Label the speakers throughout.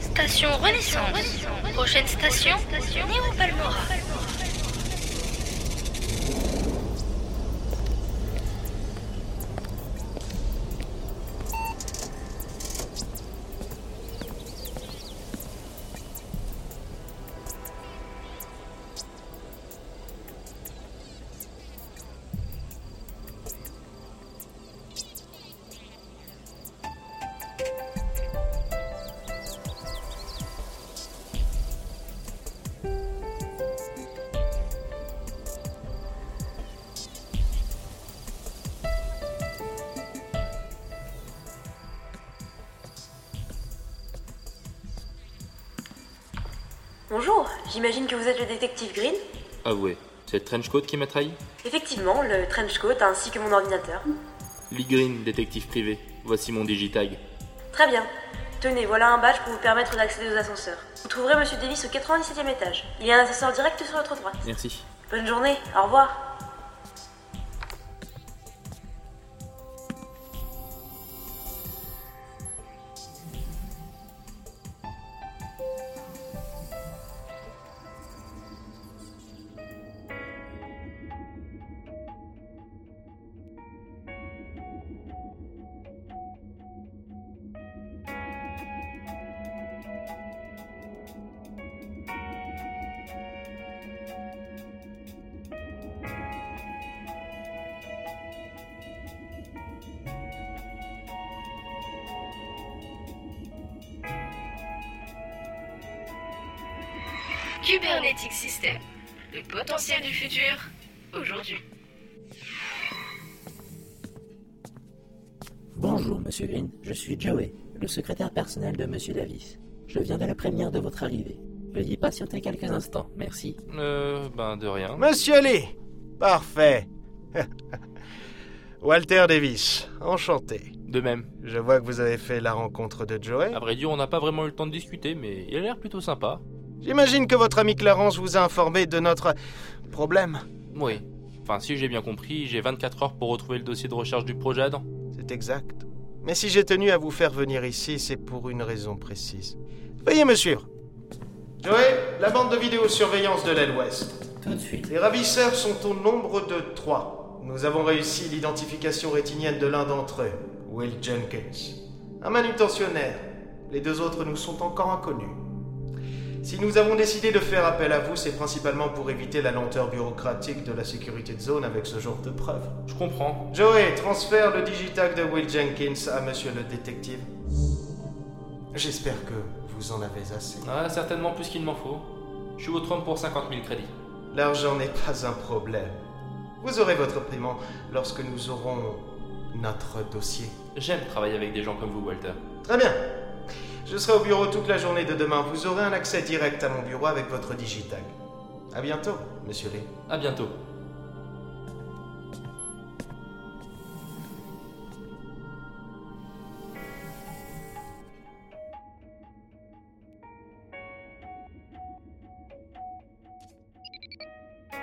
Speaker 1: station Renaissance. Prochaine station, Néo Palmora.
Speaker 2: Bonjour, j'imagine que vous êtes le détective Green
Speaker 3: Ah ouais, c'est le trench coat qui m'a trahi
Speaker 2: Effectivement, le trench coat ainsi que mon ordinateur.
Speaker 3: Lee Green, détective privé. Voici mon digitag.
Speaker 2: Très bien. Tenez, voilà un badge pour vous permettre d'accéder aux ascenseurs. Vous trouverez Monsieur Davis au 97e étage. Il y a un ascenseur direct sur votre droite.
Speaker 3: Merci.
Speaker 2: Bonne journée, au revoir.
Speaker 1: Kubernetes System. Le potentiel du futur, aujourd'hui.
Speaker 4: Bonjour, Monsieur Green, je suis Joey, le secrétaire personnel de Monsieur Davis. Je viens de le prévenir de votre arrivée. Veuillez patienter quelques instants, merci.
Speaker 3: Euh, ben de rien.
Speaker 5: Monsieur Lee Parfait Walter Davis, enchanté.
Speaker 3: De même.
Speaker 5: Je vois que vous avez fait la rencontre de Joey.
Speaker 3: À vrai dire, on n'a pas vraiment eu le temps de discuter, mais il a l'air plutôt sympa.
Speaker 5: J'imagine que votre ami Clarence vous a informé de notre problème.
Speaker 3: Oui. Enfin, si j'ai bien compris, j'ai 24 heures pour retrouver le dossier de recherche du projet Adam.
Speaker 5: C'est exact. Mais si j'ai tenu à vous faire venir ici, c'est pour une raison précise. Veuillez me suivre. Joey, la bande de vidéosurveillance de l'aile ouest.
Speaker 4: Tout de suite.
Speaker 5: Les ravisseurs sont au nombre de trois. Nous avons réussi l'identification rétinienne de l'un d'entre eux, Will Jenkins. Un manutentionnaire. Les deux autres nous sont encore inconnus. Si nous avons décidé de faire appel à vous, c'est principalement pour éviter la lenteur bureaucratique de la sécurité de zone avec ce genre de preuves.
Speaker 3: Je comprends.
Speaker 5: Joey, transfère le digitag de Will Jenkins à monsieur le détective. J'espère que vous en avez assez.
Speaker 3: Ah, certainement plus qu'il m'en faut. Je suis au 30 pour 50 000 crédits.
Speaker 5: L'argent n'est pas un problème. Vous aurez votre paiement lorsque nous aurons notre dossier.
Speaker 3: J'aime travailler avec des gens comme vous, Walter.
Speaker 5: Très bien. Je serai au bureau toute la journée de demain. Vous aurez un accès direct à mon bureau avec votre digitag. À bientôt, monsieur Lee.
Speaker 3: À bientôt.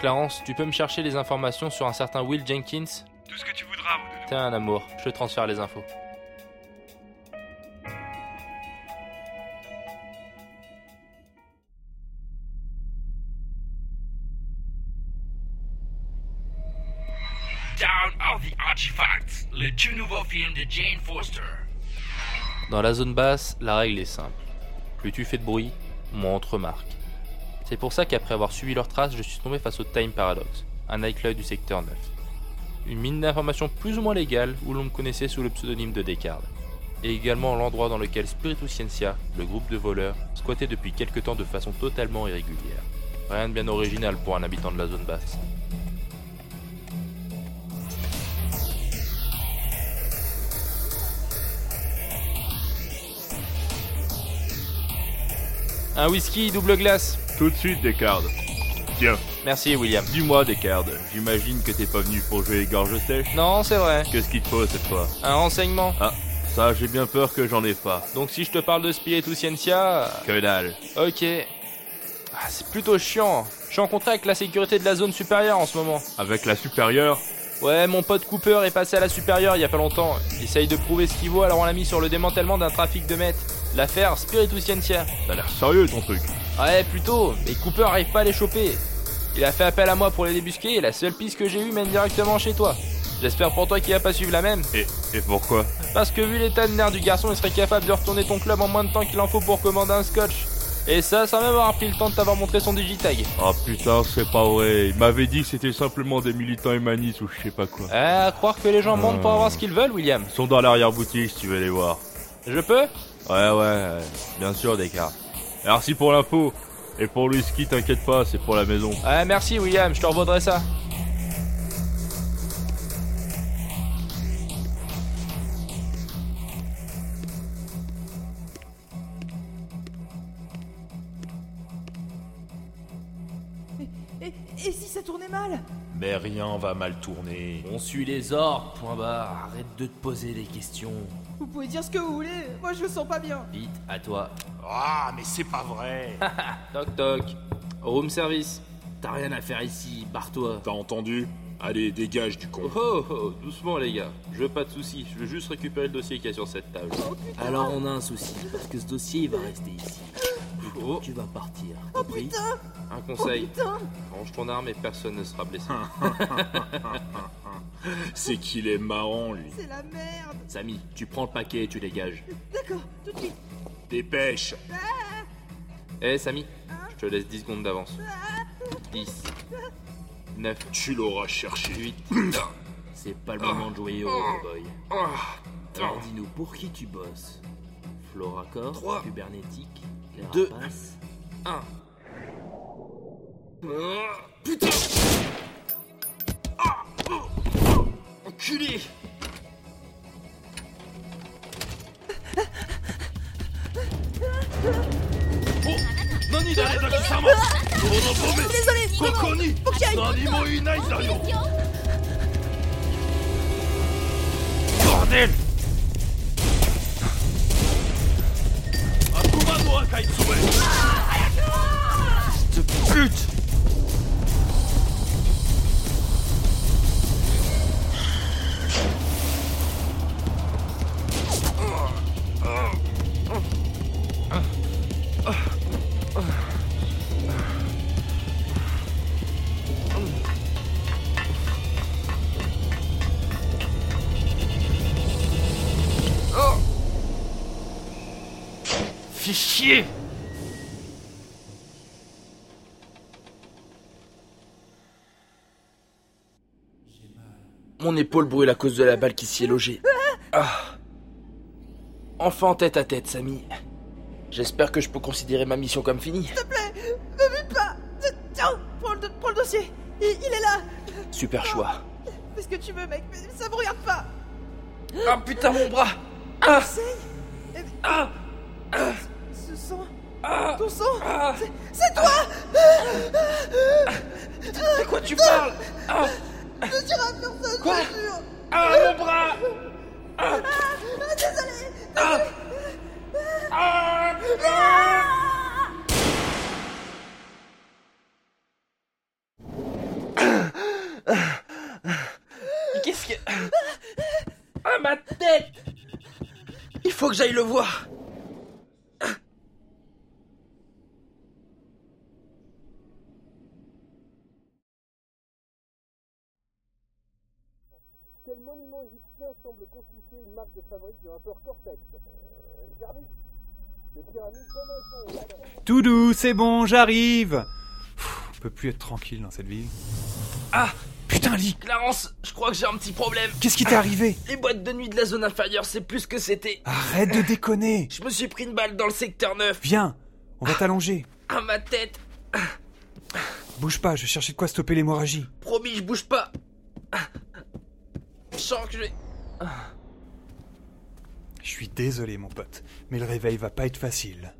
Speaker 3: Clarence, tu peux me chercher les informations sur un certain Will Jenkins
Speaker 6: Tout ce que tu voudras, Rudenou.
Speaker 3: T'es un amour, je te transfère les infos.
Speaker 6: Down of the Artifacts, le tout nouveau film de Jane Foster.
Speaker 3: Dans la zone basse, la règle est simple. Plus tu fais de bruit, moins on te remarque. C'est pour ça qu'après avoir suivi leurs traces, je suis tombé face au Time Paradox, un nightclub du secteur 9. Une mine d'informations plus ou moins légale où l'on me connaissait sous le pseudonyme de Descartes. Et également l'endroit dans lequel Spiritus Scientia, le groupe de voleurs, squattait depuis quelque temps de façon totalement irrégulière. Rien de bien original pour un habitant de la zone basse. Un whisky double glace.
Speaker 7: Tout de suite, Descartes. Tiens,
Speaker 3: Merci William.
Speaker 7: dis-moi, Descartes, j'imagine que t'es pas venu pour jouer les gorges sèches
Speaker 3: Non, c'est vrai.
Speaker 7: Qu'est-ce qu'il te faut cette fois
Speaker 3: Un renseignement.
Speaker 7: Ah, ça, j'ai bien peur que j'en ai pas.
Speaker 3: Donc si je te parle de Spiritus Scientia,
Speaker 7: Que dalle.
Speaker 3: ok. Ah, c'est plutôt chiant. Je suis en contact avec la sécurité de la zone supérieure en ce moment.
Speaker 7: Avec la supérieure
Speaker 3: Ouais, mon pote Cooper est passé à la supérieure il y a pas longtemps. Il essaye de prouver ce qu'il vaut alors on l'a mis sur le démantèlement d'un trafic de mètres. L'affaire Spiritus Scientia.
Speaker 7: T'as l'air sérieux ton truc.
Speaker 3: Ouais, plutôt, mais Cooper arrive pas à les choper. Il a fait appel à moi pour les débusquer et la seule piste que j'ai eue mène directement chez toi. J'espère pour toi qu'il va pas suivre la même,
Speaker 7: Et, et pourquoi
Speaker 3: parce que vu l'état de nerfs du garçon, il serait capable de retourner ton club en moins de temps qu'il en faut pour commander un scotch. Et ça, sans même avoir pris le temps de t'avoir montré son digitag.
Speaker 7: Ah putain, c'est pas vrai. Il m'avait dit que c'était simplement des militants humanistes ou je sais pas quoi.
Speaker 3: Ah, à croire que les gens mentent pour avoir ce qu'ils veulent, William.
Speaker 7: Ils sont dans l'arrière-boutique si tu veux les voir.
Speaker 3: Je peux
Speaker 7: Ouais, ouais, ouais. bien sûr, Descartes. Merci pour l'info. Et pour le ski, t'inquiète pas, c'est pour la maison.
Speaker 3: Ah, merci, William, je te revaudrai ça.
Speaker 8: Et, et si ça tournait mal
Speaker 9: Mais rien va mal tourner.
Speaker 3: On suit les ordres, point barre. Arrête de te poser des questions.
Speaker 8: Vous pouvez dire ce que vous voulez, moi je me sens pas bien.
Speaker 3: Vite, à toi.
Speaker 9: Ah, mais c'est pas vrai
Speaker 3: Toc toc. Room service. T'as rien à faire ici, barre-toi.
Speaker 9: T'as entendu Allez, dégage du con.
Speaker 3: Oh, oh, oh, doucement les gars, je veux pas de soucis, je veux juste récupérer le dossier qu'il y a sur cette table.
Speaker 8: Oh,
Speaker 10: Alors on a un souci, parce que ce dossier il va rester ici.
Speaker 3: Oh,
Speaker 10: Tu vas partir.
Speaker 8: Oh
Speaker 10: compris
Speaker 8: putain
Speaker 3: un
Speaker 8: Oh
Speaker 3: conseil,
Speaker 8: putain
Speaker 3: range ton arme et personne ne sera blessé.
Speaker 9: C'est qu'il est marrant, lui.
Speaker 8: C'est la merde
Speaker 10: Samy, tu prends le paquet et tu dégages.
Speaker 8: D'accord, tout de suite. Ah.
Speaker 9: Dépêche
Speaker 3: Eh Samy,
Speaker 8: Hein
Speaker 3: je te laisse 10 secondes d'avance.
Speaker 8: Ah.
Speaker 3: 10, 9,
Speaker 9: Tu l'auras cherché.
Speaker 3: 8.
Speaker 10: C'est pas le moment de jouer au Roboboy.
Speaker 9: Ah,
Speaker 10: Alors dis-nous pour qui tu bosses Floracor,
Speaker 9: Trois.
Speaker 10: Kubernetique, les
Speaker 3: Deux.
Speaker 10: rapaces.
Speaker 9: putain Ah, oh, oh, Enculé Oh, Nani dare daki-sama Dorobome
Speaker 8: Désolé, Nico
Speaker 9: ここに
Speaker 8: Ok.
Speaker 9: 何もいないんだよ Bordel Pute Fais chier
Speaker 10: Mon épaule brûle à cause de la balle qui s'y est logée. Ah. Enfin en tête à tête, Samy. J'espère que je peux considérer ma mission comme finie.
Speaker 8: Ne bute pas Tiens, prends le, do- prends le dossier il, il est là Oh,
Speaker 10: Super choix.
Speaker 8: Fais ce que tu veux, mec, mais ça me regarde pas
Speaker 10: Ah putain mon bras Ah,
Speaker 8: Conseil Eh, mais- Ce sang Ton sang C'est- C'est toi
Speaker 10: De quoi tu parles
Speaker 8: Je dirai à personne,
Speaker 10: Quoi
Speaker 8: je te jure
Speaker 10: Ah mon bras
Speaker 8: Ah, Désolé
Speaker 10: Qu'est-ce que... Ah ma tête Il faut que j'aille le voir
Speaker 11: Toudou, c'est bon, j'arrive Pff, On peut plus être tranquille dans cette ville. Ah Putain, Lee
Speaker 10: Clarence, je crois que j'ai un petit problème.
Speaker 11: Qu'est-ce qui t'est arrivé
Speaker 10: Les boîtes de nuit de la zone inférieure, c'est plus ce que c'était.
Speaker 11: Arrête de déconner
Speaker 10: Je me suis pris une balle dans le secteur 9.
Speaker 11: Viens, on va t'allonger.
Speaker 10: Ah ma tête
Speaker 11: Bouge pas, je vais chercher de quoi stopper l'hémorragie.
Speaker 10: Promis, je bouge pas. Je sens que je vais...
Speaker 11: Je suis désolé, mon pote, mais le réveil va pas être facile.